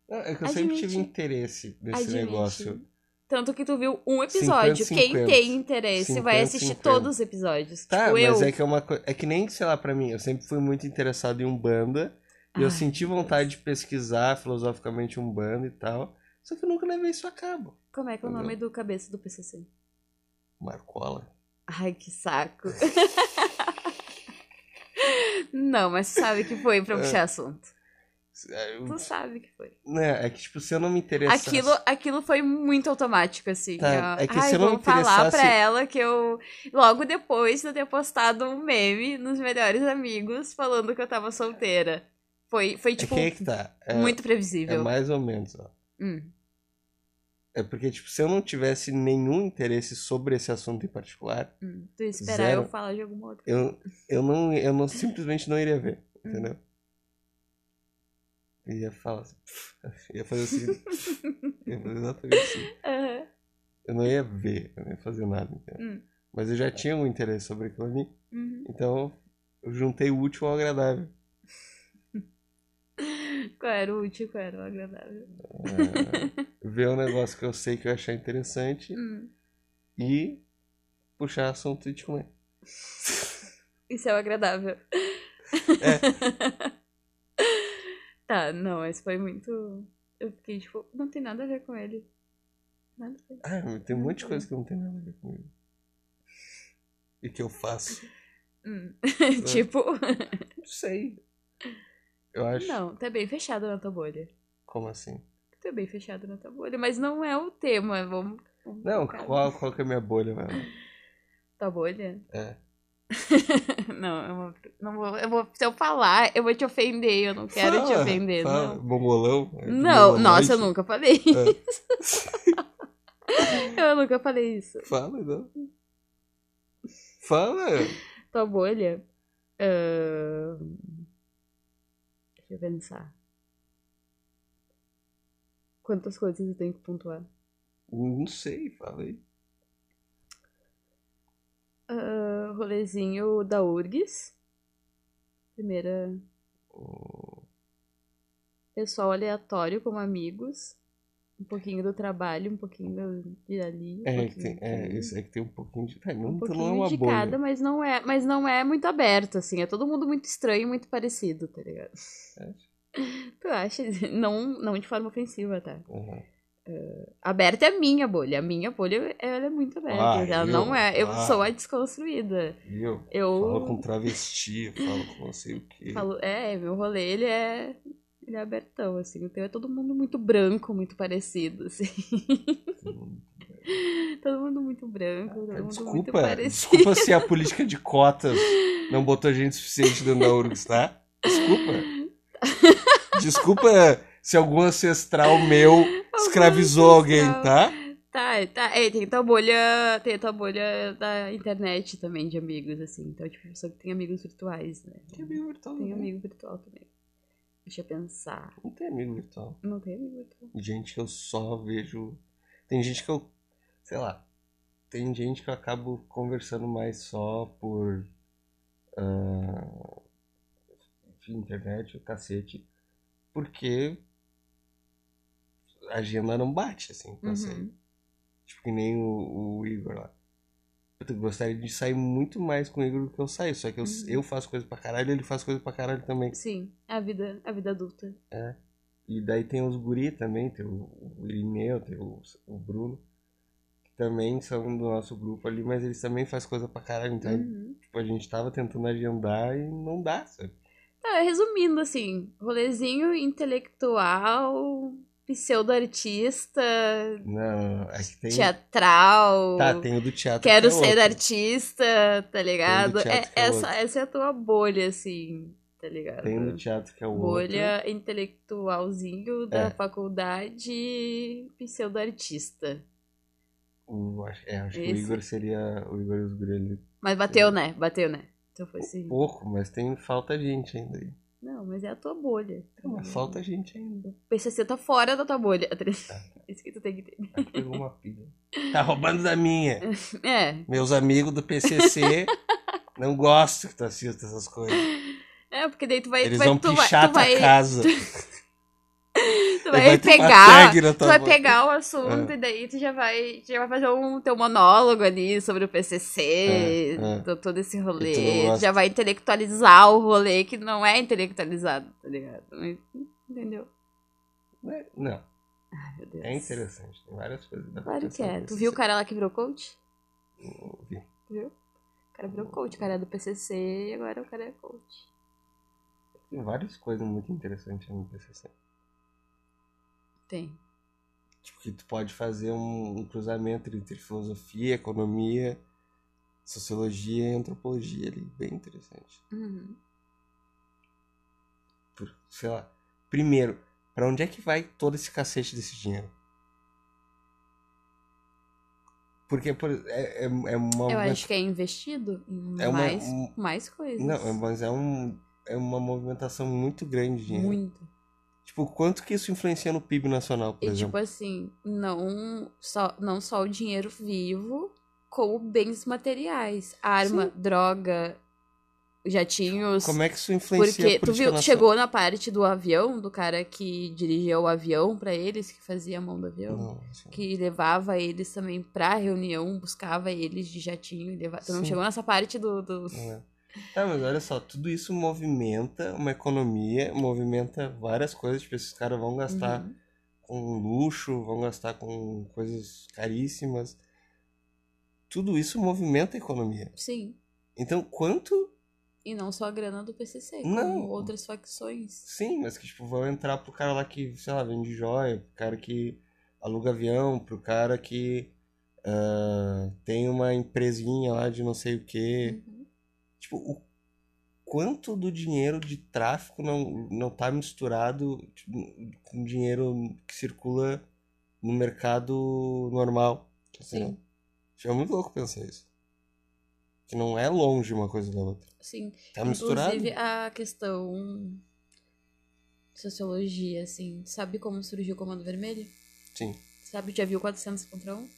Não, é que eu sempre
Admite.
tive interesse nesse
Admite. Tipo,
negócio.
Tanto que tu viu um episódio.
50, 50.
Quem tem interesse vai
50,
assistir
50.
todos os episódios.
Tá,
tipo,
mas
eu.
é que é uma coisa. É que nem, sei lá, pra mim, eu sempre fui muito interessado em Umbanda. E eu assim,
Ai,
senti
meu Deus.
vontade de pesquisar filosoficamente Umbanda e tal. Só que eu nunca levei isso a cabo.
Como é que é o nome do cabeça do PCC?
Marcola.
Ai, que saco. não, mas tu sabe que foi pra puxar assunto.
É, eu-
Tu sabe que foi.
Né, é que, tipo, se eu não me interessasse. é
Aquilo, aquilo foi muito automático, assim.
Tá,
ó.
é que
Ai,
se eu não
vou falar pra
interessasse-
ela que eu. Logo depois de eu ter postado um meme nos melhores amigos falando que eu tava solteira. Foi, foi
É
tipo,
que é que tá. É,
muito
é
previsível.
mais ou menos, ó.
Hum.
É porque, tipo, se eu não tivesse nenhum interesse sobre esse assunto em particular,
Hum, Tu ia esperar
Zero.
eu falar de alguma outra.
eu, eu, não, eu não, simplesmente não iria ver,
Hum.
entendeu? Eu ia falar assim, ia fazer assim, ia fazer exatamente assim.
Aham.
Eu não ia ver, eu não ia fazer nada, entendeu?
Hum.
Mas eu já tinha um interesse sobre aquilo ali,
Uhum.
então eu juntei o útil ao agradável.
Qual era o útil, qual era o agradável.
É, ver um negócio que eu sei que eu ia achar interessante
Hum.
e puxar assunto e tipo, te comer.
Isso é o agradável.
É.
tá, não, esse foi muito. Eu fiquei tipo, não tem nada a ver com ele. Nada a ver.
Ah, mas tem um monte de coisa que não tem nada a ver comigo. E que eu faço.
Hum.
É.
tipo,
Não sei. Eu acho.
não, tá bem fechado na tua bolha.
Como assim?
Tu é bem fechado na tua bolha, mas não é o tema. Vamos. vamos
Não,
focar
qual, qual que é a minha bolha, velho?
Tua bolha?
É.
não, eu vou, não vou, eu vou. Se eu falar, eu vou te ofender. Eu não quero te
Fala,
ofender,
fala.
não.
Mongolão? É
Não,
mongolante?
nossa, eu nunca falei
É.
isso. eu nunca falei isso.
Fala, não. Fala!
Tua bolha. ahn, ah, Deixa eu pensar. Quantas coisas eu tenho que pontuar?
Não sei, fala aí.
Ah, rolezinho da URGS. Primeira. Um Pessoal aleatório como amigos. Um pouquinho do trabalho, um pouquinho de ali. Um
É, que
pouquinho
tem, é,
daqui.
isso é que tem um pouquinho de. Tá, não,
Um
então
pouquinho
não é uma
de
bolha.
cada, mas não, é, mas não é muito aberto, assim. É todo mundo muito estranho e muito parecido, tá ligado?
É.
Tu acha? Não, não de forma ofensiva, tá?
Uhum.
Aberta é a minha bolha. A minha bolha, ela é muito aberta.
Ah,
ela
eu?
não é. Eu
Ah.
sou a desconstruída.
Viu?
Eu
Fala com travesti, fala com não sei o quê.
falo, é, meu rolê, ele é. Ele é abertão, assim. O teu é todo mundo muito branco, muito parecido, assim. Todo mundo muito branco, todo mundo muito
Desculpa,
parecido.
desculpa se a política de cotas não botou gente suficiente dentro da URGS, tá? Desculpa. Desculpa se algum ancestral meu escravizou alguém,
ancestral.
tá?
Tá, tá. É, tem tua bolha, tem a tua bolha da internet também, de amigos, assim. Então, tipo, pessoa que tem amigos virtuais, né?
Tem amigo virtual
Tem
né?
amigo virtual também. Deixa eu pensar.
Não tem amigo virtual.
Não tem amigo virtual?
Gente que eu só vejo. Tem gente que eu. Sei lá. Tem gente que eu acabo conversando mais só por. ah, enfim, internet, o cacete. Porque. A agenda não bate, assim, com essa aí.
Uhum.
Tipo, que nem o, o Igor lá. Puta, Eu gostaria de sair muito mais com o Igor do que eu saio. Só que eu,
Uhum.
eu faço coisa pra caralho, ele faz coisa pra caralho também.
Sim, é a vida, a vida adulta.
E daí tem os guri também, tem o, o Irineu, tem o, o Bruno, que também são do nosso grupo ali, mas eles também fazem coisa pra caralho. Então,
Uhum.
tipo, a gente tava tentando agendar e não dá, sabe?
Tá, resumindo, assim, rolezinho intelectual, pseudo-artista,
Não, aqui tem.
teatral.
Tá, tem o do teatro.
Quero
que é
ser
outro.
artista, tá ligado?
Tem do
É,
teatro que é
essa,
outro.
essa é a tua bolha, assim, tá ligado?
Tem o do teatro que é o outro.
bolha intelectualzinho da
É.
faculdade pseudo-artista.
O, acho- é, acho que o
Esse.
Igor seria. O Igor e os guri ali.
Mas bateu, né? Bateu, né? Então foi assim.
Pouco, mas tem falta gente ainda aí.
Não, mas é a tua bolha. tá
Não, mas
ligado?
falta gente ainda.
O PCC tá fora da tua bolha.
É.
Isso que tu tem que entender.
Aqui pegou uma pilha. Tá roubando da minha.
É.
Meus amigos do PCC não gostam que tu assista essas coisas.
É, porque daí tu vai.
Eles
tu vai,
vão
tu vai,
pichar
tu
tua
vai,
casa.
tu
Ele
vai,
vai ter uma
pegar.
tag na
Tu
tua É.
vai
boca.
pegar um o assunto e daí tu já vai, tu já vai fazer um teu monólogo ali sobre o PCC,
É, é.
to- todo esse
E tu não
rolê. Tu
gosta.
já vai intelectualizar o rolê que não é intelectualizado, tá ligado? Mas, entendeu?
Né? Não,
Ai, meu Deus.
é interessante. Tem várias coisas. dá pra
Claro que
pensar
é.
nisso.
Tu viu o cara lá que virou coach?
Eu vi.
Tu viu? O cara virou coach, o cara é do PCC e agora o cara é coach.
Tem várias coisas muito interessantes no PCC.
Tem.
Tipo, que tu pode fazer um, um cruzamento entre filosofia, economia, sociologia e antropologia ali. Bem interessante.
Uhum.
Por, sei lá. Primeiro, pra onde é que vai todo esse cacete desse dinheiro? Porque por, é, é, é uma.
Eu acho que é investido em
É uma-
mais,
um-
mais coisas.
Não, é- mas é, um, é uma movimentação muito grande de dinheiro.
Muito.
Tipo, quanto que isso influencia no PIB nacional, por
E
exemplo?
tipo assim, não só, não só o dinheiro vivo, como bens materiais. Arma, droga, jatinhos.
Como é que isso influencia
porque
a
tu
política
viu,
nacional?
chegou na parte do avião, do cara que dirigia o avião pra eles, que fazia a mão do avião.
Não, assim,
Que levava eles também pra reunião, buscava eles de jatinho. e Levava... Tu não
Sim.
chegou nessa parte do. do...
não é. Tá, mas olha só, tudo isso movimenta uma economia, movimenta várias coisas. Tipo, esses caras vão gastar
Uhum.
com luxo, vão gastar com coisas caríssimas. Tudo isso movimenta a economia.
Sim.
Então, quanto.
E não só a grana do PCC,
Não.
como outras facções.
Sim, mas que tipo, vão entrar pro cara lá que, sei lá, vende joia, pro cara que aluga avião, pro cara que ah, tem uma empresinha lá de não sei o quê.
Uhum.
Tipo, o quanto do dinheiro de tráfico não, não tá misturado tipo, com dinheiro que circula no mercado normal.
Sim.
Acho que É muito louco pensar isso. Que não é longe uma coisa da outra.
Sim.
Tá misturado.
Inclusive a questão sociologia, assim, sabe como surgiu o Comando Vermelho?
Sim.
Sabe, já viu 400 contra 1?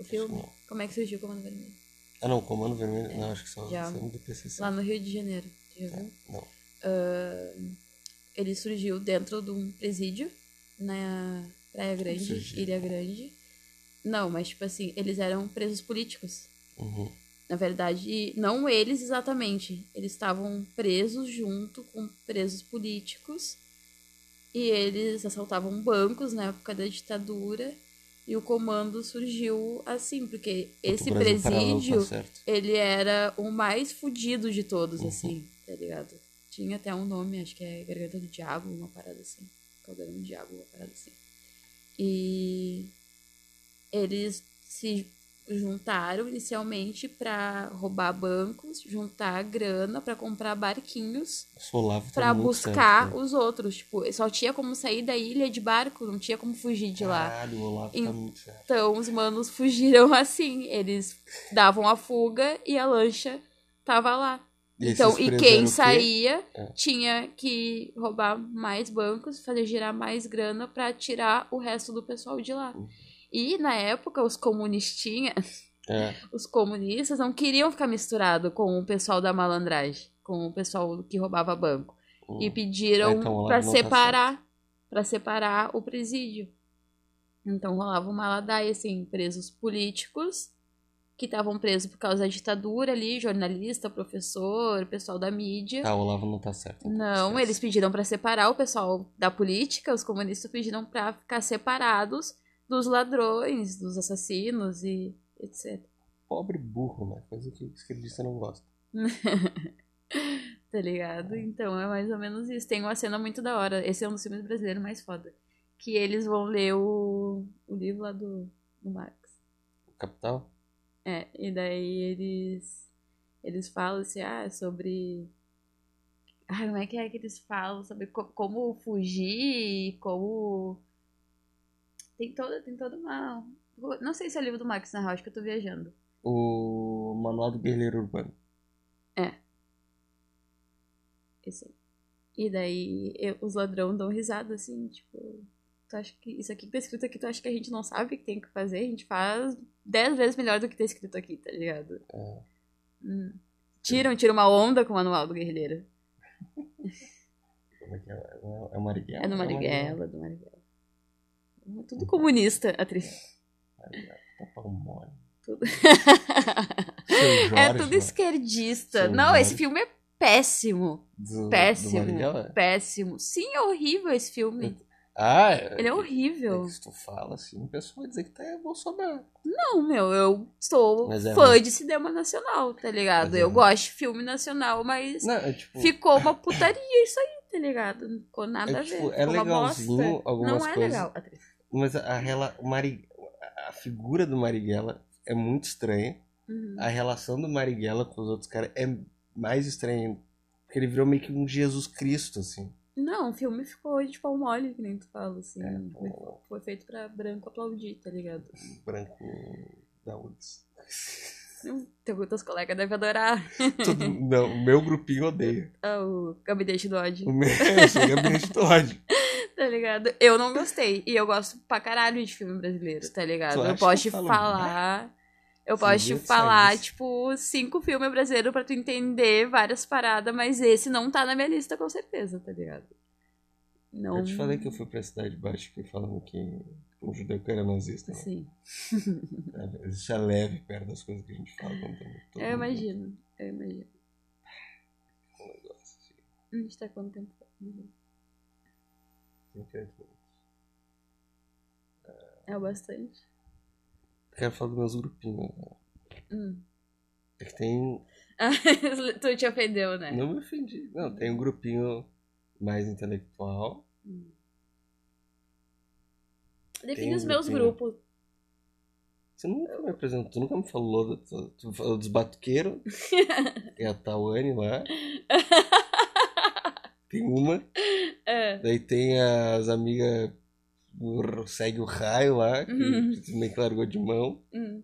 O filme?
Não.
Como é que surgiu o Comando Vermelho?
Ah, não, Comando Vermelho. não, acho que só
já.
sendo do PCC.
Lá no Rio de Janeiro, já viu?
Não.
Ele surgiu dentro de um presídio na Praia Grande,
Surgiu.
Ilha Grande. Não, mas tipo assim, eles eram presos políticos.
Uhum.
Na verdade, e não eles exatamente. Eles estavam presos junto com presos políticos. E eles assaltavam bancos na época da ditadura. E o comando surgiu assim, porque esse
Puta, o Brasil paralelo tá
presídio,
certo.
ele era o mais fudido de todos,
Uhum.
assim, tá ligado? Tinha até um nome, acho que é Garganta do Diabo, uma parada assim. Caldeirão do Diabo, uma parada assim. E eles se juntaram inicialmente pra roubar bancos, juntar grana pra comprar barquinhos
O Solavo tá
pra
muito
buscar
certo, né?
os outros. Tipo, só tinha como sair da ilha de barco, não tinha como fugir de lá.
Caralho, o Olavo tá
Em-
muito certo.
Então os manos fugiram assim. Eles davam a fuga e a lancha tava lá.
E esses
então, e
presos eram
quem
o quê?
saía
É.
tinha que roubar mais bancos, fazer girar mais grana pra tirar o resto do pessoal de lá.
Uhum.
E na época, os comunistinhas,
É,
os comunistas não queriam ficar misturado com o pessoal da malandragem, com o pessoal que roubava banco.
hum.
E pediram
Ah, então rolava
pra
uma
separar, para separar o presídio. Então rolava uma ladaia assim, presos políticos que estavam presos por causa da ditadura ali, jornalista, professor, pessoal da mídia.
Tá, o Olavo não tá certo. então,
Não,
licença.
eles pediram pra separar o pessoal da política, os comunistas pediram pra ficar separados dos ladrões, dos assassinos e etc.
Pobre burro, né? Coisa que esquerdista não gosta.
Tá ligado? Então é mais ou menos isso. Tem uma cena muito da hora. Esse é um dos filmes brasileiros mais foda. Que eles vão ler o, o livro lá do, do Marx.
Capital?
É, e daí eles eles falam assim, ah, sobre ah, como é que é que eles falam sobre co- como fugir, como tem toda tem toda uma não sei se é o livro do Max na real, acho que eu tô viajando.
O Manual do Guerreiro Urbano.
Esse aí. E daí eu- os ladrão dão risada assim, tipo, tu acha que isso aqui que tá escrito aqui, tu acha que a gente não sabe o que tem que fazer? A gente faz dez vezes melhor do que tá escrito aqui, tá ligado?
É.
Hum. Tiram, tiram uma onda com o manual do guerrilheiro.
Como é que é? É é Marighella.
É do Marighella, do Marighella. É Tudo comunista, atriz.
Tapa um mole.
Tudo.
Seu
é
Jorge,
tudo
né?
esquerdista.
Seu
Não, esse
Jorge.
filme é péssimo.
Do- do
Péssimo.
Marighella?
Péssimo. Sim, é horrível esse filme.
Ah,
Ele é
É
horrível.
que se tu fala assim, o pessoal vai dizer que tá é Bolsonaro.
Não, meu, eu sou
Mas é
fã
ruim.
de cinema nacional, tá ligado?
Mas é
eu
ruim.
gosto de filme nacional, mas
Não, é tipo.
ficou uma putaria isso aí, tá ligado? Não ficou nada
é,
a
tipo,
ver.
é
ficou uma bosta.
legalzinho algumas
Não é
coisas.
legal, atriz.
Mas a, a, rela- o Mari- a figura do Marighella é muito estranha.
Uhum.
A relação do Marighella com os outros caras é mais estranha ainda. Porque ele virou meio que um Jesus Cristo, assim.
Não, o filme ficou de pau mole, que nem tu fala, assim.
É,
Foi- Foi feito pra branco aplaudir, tá ligado?
um branco da UDS.
Teu, teus colegas devem adorar
Todo, não, o meu grupinho odeia.
ah, o gabinete do ódio,
O meu assim, é eu sou o gabinete do ódio.
tá ligado? Eu não gostei. E eu gosto pra caralho de filme brasileiro, tá
Tu
ligado? Eu
acha
posso
que
te
eu falo
falar. Eu
Se um
posso te
dia tu
falar,
saísse.
tipo, cinco filmes brasileiros pra tu entender várias paradas, mas esse não tá na minha lista, com certeza, tá ligado? Não.
Eu te falei que eu fui pra Cidade Baixa que falam que o judeu que era nazista. né?
Sim.
Isso é leve perto das coisas que a gente fala. Quando todo
Eu
mundo-
imagino. Eu imagino.
um negócio assim.
A gente tá quanto tempo? É o bastante.
Quero falar dos meus grupinhos. né?
Hum.
É que tem.
tu te ofendeu, né?
Não me ofendi. Não, tem um grupinho mais intelectual.
Hum. Define
Tem
os meus
grupinho.
grupos.
Você nunca me apresentou, tu nunca me falou. do- Tu, tu falou dos batuqueiros. tem a Tawane lá. Tem uma.
É.
Daí tem as amigas. o- Segue o raio lá, que
Uhum.
tu meio que largou de mão.
Hum,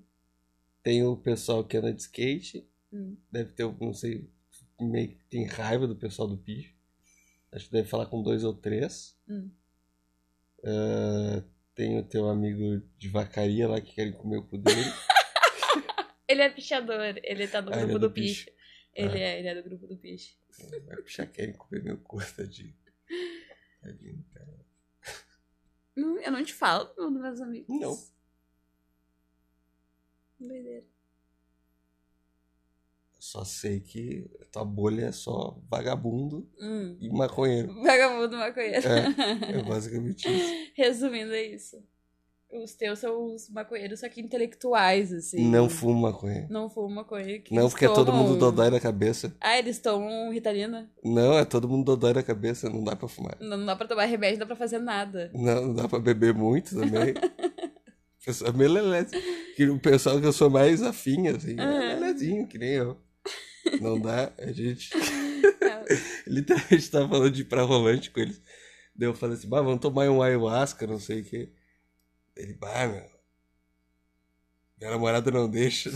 Tem o pessoal que anda de skate.
hum.
Deve ter, algum, não sei, meio que tem raiva do pessoal do picho. Acho que deve falar com dois ou três.
Hum.
Ah, tem o teu amigo de vacaria lá que querem comer o cu dele.
Ele é pichador, ele tá no
Ah, ele
grupo
é
do,
do Ah.
picho.
picho.
Ele é, ele é do grupo do picho.
Vai puxar, querem comer meu cu, tadinho. Tadinho, cara.
Hum, Eu não te falo do nome dos meus amigos.
Não.
Doideira.
Eu Só sei que a tua bolha é só vagabundo
Hum.
e maconheiro.
Vagabundo maconheiro.
É basicamente isso.
Resumindo, é isso. Os teus são os maconheiros, só que intelectuais, assim.
Não fumo maconha.
Não fumo maconha. que né?
Não,
eles
porque é todo
tomam-
mundo dodói na cabeça.
Ah, eles tomam ritalina?
Não, é todo mundo dodói na cabeça, não dá pra fumar.
Não, não dá pra tomar remédio, não dá pra fazer nada.
Não, não dá pra beber muito também. Eu sou melelé. Que o pessoal que eu sou mais afim, assim.
Aham.
É melezinho, que nem eu. Não dá, a gente.
Não,
Literalmente tava falando de ir pra rolante com eles. Daí eu falei assim, bah, vamos tomar um ayahuasca, não sei o quê. Ele, bah, meu. Minha namorada não deixa.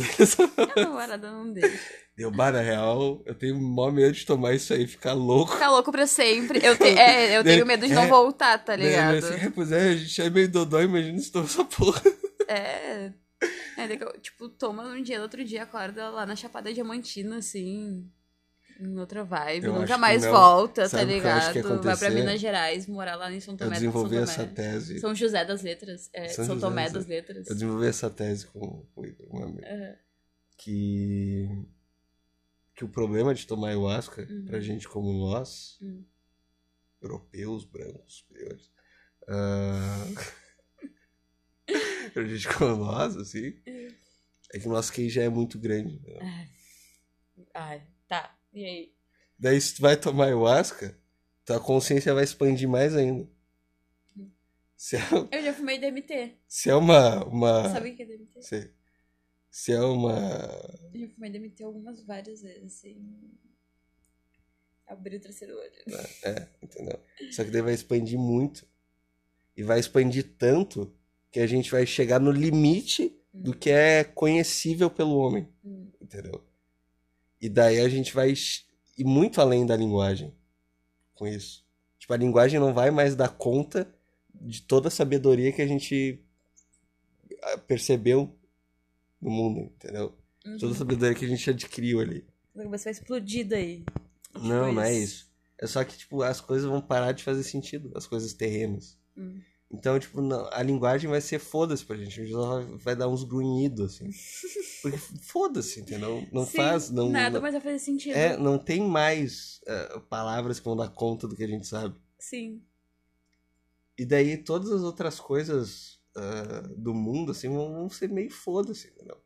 a namorada não deixa.
Deu, bah, na real, eu tenho mó medo de tomar isso aí, ficar louco.
Tá louco pra sempre. Eu, te- é, eu tenho medo de não
É.
voltar, tá
Daí eu falei
ligado?
assim, é, pois é, a gente é meio dodói, imagina se toma essa porra.
É. É, daí que eu, tipo, toma num dia, no outro dia acorda lá na Chapada Diamantina, assim. Em outra vibe.
Eu acho
Nunca
que
mais
não.
volta, tá
Sabe o que eu acho
ligado?
que ia
Vai pra
acontecer?
Minas Gerais, morar lá em São
Eu
Tomé
desenvolvi
São
essa
Tomé.
tese.
São José das Letras. É,
São
São,
José
Tomé
das
das Letras.
Eu desenvolvi essa tese com com um amigo.
Aham.
que que o problema de tomar ayahuasca
Uhum.
pra gente como nós
Hum.
europeus brancos superiores ah, pra gente como nós assim é que o nosso QI já é muito grande né?
Ai, tá. E aí?
daí se tu vai tomar ayahuasca tua consciência vai expandir mais ainda
Uhum.
se é,
Eu já fumei DMT.
se é uma uma
Sabe o que é DMT?
se, se é uma
Eu já fumei DMT algumas várias vezes, assim. Abri o terceiro olho.
Entendeu? Só que daí vai expandir muito. E vai expandir tanto que a gente vai chegar no limite do que é conhecível pelo homem.
Hum.
Entendeu? E daí a gente vai ch- ir muito além da linguagem com isso. Tipo, a linguagem não vai mais dar conta de toda a sabedoria que a gente ah, percebeu no mundo, entendeu?
Uhum.
Toda a sabedoria que a gente adquiriu ali.
Você vai explodir daí.
Não, não é
tipo isso.
isso. É só que, tipo, as coisas vão parar de fazer sentido, as coisas terrenas.
Hum.
Então, tipo, não- a linguagem vai ser foda-se pra gente. A gente só vai- vai dar uns grunhidos, assim. Porque foda-se, entendeu? Não
Sim,
faz. Não,
Nada
não,
mais vai fazer sentido.
é, não tem mais eh, palavras que vão dar conta do que a gente sabe.
Sim.
E daí todas as outras coisas ah, do mundo, assim, vão, vão ser meio foda-se, entendeu?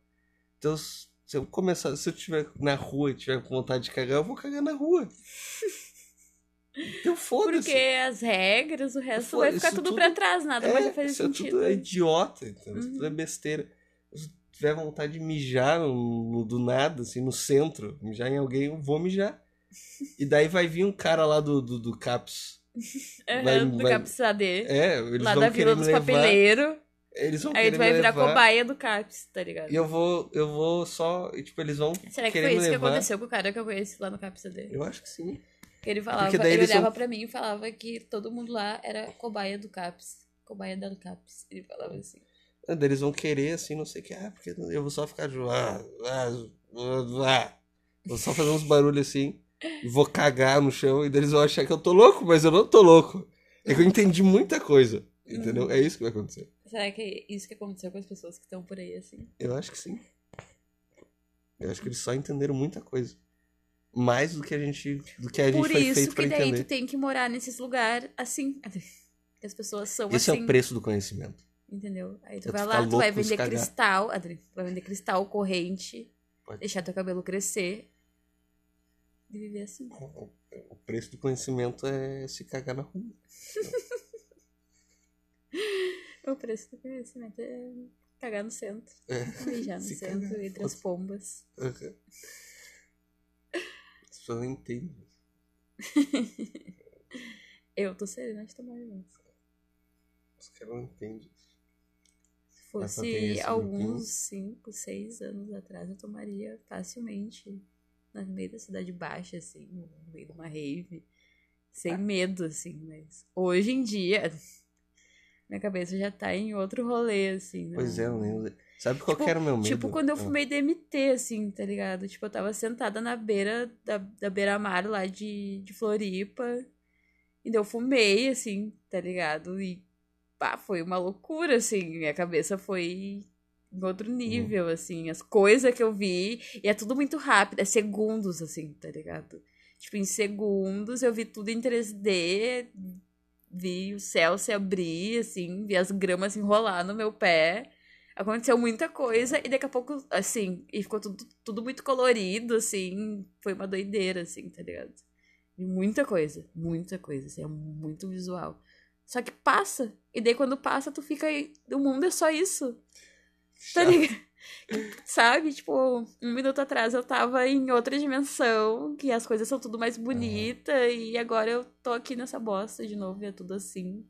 Então, se se eu começar, se eu estiver na rua e tiver com vontade de cagar, eu vou cagar na rua. Então foda-se.
Porque as regras, o resto
Fo-
vai ficar
isso
tudo,
tudo-
pra trás, nada mais vai fazer
isso é
sentido.
tudo é idiota, entendeu? Isso
Uhum.
tudo é besteira. Se eu tiver vontade de mijar no- no- do nada, assim, no centro, mijar em alguém, eu vou mijar. E daí vai vir um cara lá do, do, do CAPS.
Aham,
vai-
do
vai-
Capes AD,
É, eles
lá
vão
da
querer
Vila
me
dos
levar.
Papeleiros.
Eles vão
Aí
querer
tu vai
me
virar
levar.
cobaia do Capes, tá ligado?
E eu vou, eu vou só. e, Tipo, eles vão.
Será que
querer
foi
me
isso que
levar.
aconteceu com o cara que eu conheci lá no Capes AD?
Eu acho que sim.
Que ele falava,
Porque daí
ele
eles
olhava
são-
pra mim e falava que todo mundo lá era cobaia do Capes. Cobaia da do Capes. Ele falava assim.
Ah, daí Eles vão querer, assim, não sei o que. Ah, porque eu vou só ficar. jo- Ah, ah, ah, ah. Vou só fazer uns barulhos assim. E vou cagar no chão. E daí eles vão achar que eu tô louco, mas eu não tô louco. É que eu entendi muita coisa.
Uhum.
Entendeu? É isso que vai acontecer.
Será que é isso que aconteceu com as pessoas que estão por aí, assim?
Eu acho que sim. Eu acho que eles só entenderam muita coisa. Mais do que a gente. Do que a gente
Por
foi
isso
feito pra
que daí tu
entender.
tem que morar nesses lugares assim. Que as pessoas são
Esse é
assim.
o preço do conhecimento.
Entendeu? Aí tu
Eu
vai
ficar
lá, tu
louco
vai
com os
vender
cagar.
cristal, Adri, tu vai vender cristal, corrente,
Pode.
deixar teu cabelo crescer. E viver assim.
O preço do conhecimento é se cagar na rua.
O preço do conhecimento é cagar no centro.
É.
Beijar no
Se
centro,
cagar,
entre as pombas.
Uhum. As pessoas não entendem.
Eu tô serena de tomar isso.
Os caras não entendem.
Se
Mas só tem
fosse
esse grupinho?
alguns 5, 6 anos atrás, eu tomaria facilmente no meio da cidade baixa, assim, no meio de uma rave,
Ah.
sem medo, assim, mas hoje em dia, minha cabeça já tá em outro rolê, assim. não-
Pois é, eu lembro. Sabe qual
Tipo-
que era o meu medo?
Tipo, quando eu
Ah,
fumei DMT, assim, tá ligado? Tipo, eu tava sentada na beira da, da beira-mar lá de, de Floripa. E daí eu fumei, assim, tá ligado? E pá, foi uma loucura, assim. Minha cabeça foi em outro nível, assim. As coisas que eu vi. E é tudo muito rápido, é segundos, assim, tá ligado? Tipo, em segundos eu vi tudo em 3D. Vi o céu se abrir, assim, vi as gramas se enrolar no meu pé. Aconteceu muita coisa e daqui a pouco, assim, e ficou tudo, tudo muito colorido, assim. Foi uma doideira, assim, tá ligado? E muita coisa, muita coisa, assim, é muito visual. Só que passa. E daí quando passa, tu fica aí. O mundo é só isso. Tá
Chato.
ligado? Sabe? Tipo, um minuto atrás eu tava em outra dimensão, que as coisas são tudo mais bonita, e agora eu tô aqui nessa bosta de novo e é tudo assim.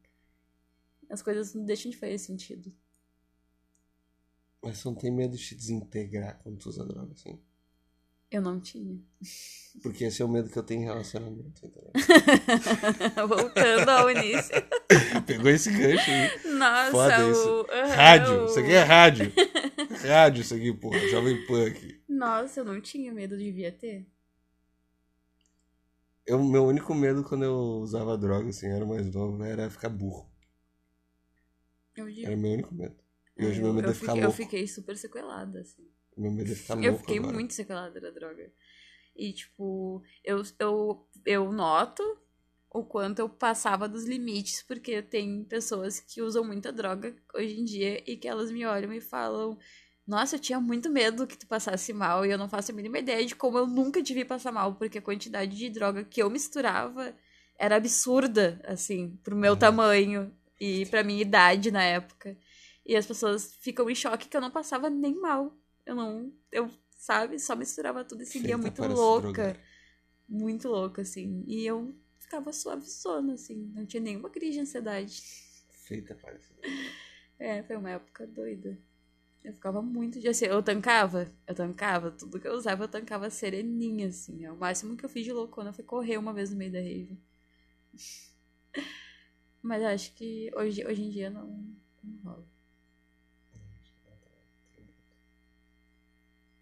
As coisas não deixam de fazer sentido.
Ah, Mas você não tem medo de te desintegrar quando tu usa droga, assim?
Eu não tinha.
Porque esse é o medo que eu tenho em relacionamento, entendeu?
Voltando ao início.
Ah, Pegou esse gancho aí.
Nossa,
Foda
o.
isso.
aham,
Rádio,
o-
isso aqui é rádio. Rádio isso aqui, porra. Jovem Pan aqui.
Nossa, eu não tinha medo, devia ter.
Eu, meu único medo quando eu usava droga, assim, eu era mais novo, era ficar burro.
Eu devia.
Era meu único medo. E hoje
eu,
meu medo
eu
é ficar
fiquei, eu
louco.
fiquei super sequelada, assim.
Meu medo é ficar
eu
louco
fiquei
agora.
muito sequelada da droga. E, tipo, eu, eu, eu noto o quanto eu passava dos limites, porque tem pessoas que usam muita droga hoje em dia e que elas me olham e falam: Nossa, eu tinha muito medo que tu passasse mal, e eu não faço a mínima ideia de como eu nunca te vi passar mal, porque a quantidade de droga que eu misturava era absurda, assim, pro meu
Uhum.
tamanho e pra minha idade na época. E as pessoas ficam em choque que eu não passava nem mal. Eu não. Eu, sabe? Só misturava tudo e
Feita
seguia muito
para se
louca.
drogar.
Muito louca, assim. E eu ficava suavizona, assim. Não tinha nenhuma crise de ansiedade.
Feita para se drogar.
É, foi uma época doida. Eu ficava muito de assim, eu tancava, eu tancava, tudo que eu usava eu tancava sereninha, assim. ó. O máximo que eu fiz de loucona foi correr uma vez no meio da rave. Mas eu acho que hoje, hoje em dia não, não rola.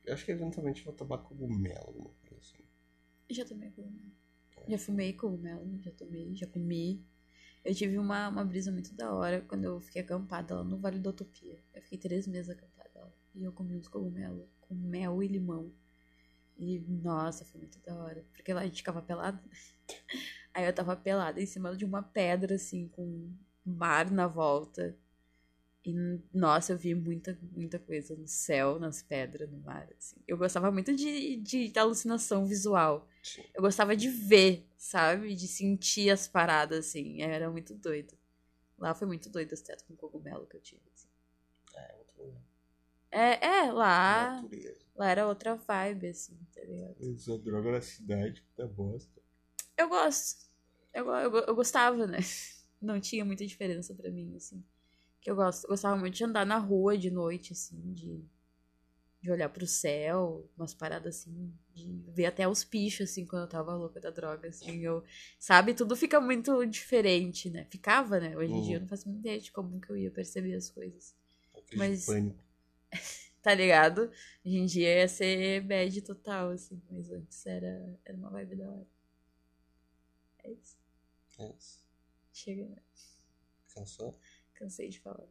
Eu acho que eventualmente eu vou tomar cogumelo, alguma coisa assim.
Eu Já tomei cogumelo. Já fumei cogumelo, já tomei, já comi. Eu tive uma, uma brisa muito da hora quando eu fiquei acampada lá no Vale da Utopia. Eu fiquei três meses acampada lá. E eu comi uns cogumelos com mel e limão. E nossa, foi muito da hora. Porque lá a gente ficava pelado. Aí eu tava pelada em cima de uma pedra, assim, com mar na volta. E, nossa, eu vi muita, muita coisa no céu, nas pedras, no mar, assim. Eu gostava muito de, de alucinação visual.
Sim.
Eu gostava de ver, sabe? De sentir as paradas, assim. Era muito doido. Lá foi muito doido esse teto com cogumelo que eu tive. assim.
É, eu tô na
É, é, lá,
natureza.
lá era outra vibe, assim, tá ligado?
Eu uso droga na cidade, puta bosta.
Eu gosto. Eu, go- eu, go- eu gostava, né? Não tinha muita diferença pra mim, assim. Que eu gosto, eu gostava muito de andar na rua de noite, assim, de, de olhar pro céu, umas paradas assim, de ver até os pichos, assim, quando eu tava louca da droga, assim, eu. Sabe, tudo fica muito diferente, né? Ficava, né? Hoje em dia eu não faço muita ideia de como que eu ia perceber as coisas.
Mas...
Mas-
Pânico.
Tá ligado? Hoje em dia ia ser bad total, assim, mas antes era, era uma vibe da hora. É isso.
É isso.
Chega, né?
Cansou?
Cansei de falar.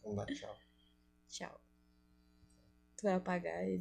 Então dá tchau.
Tchau. Tu vai apagar ele.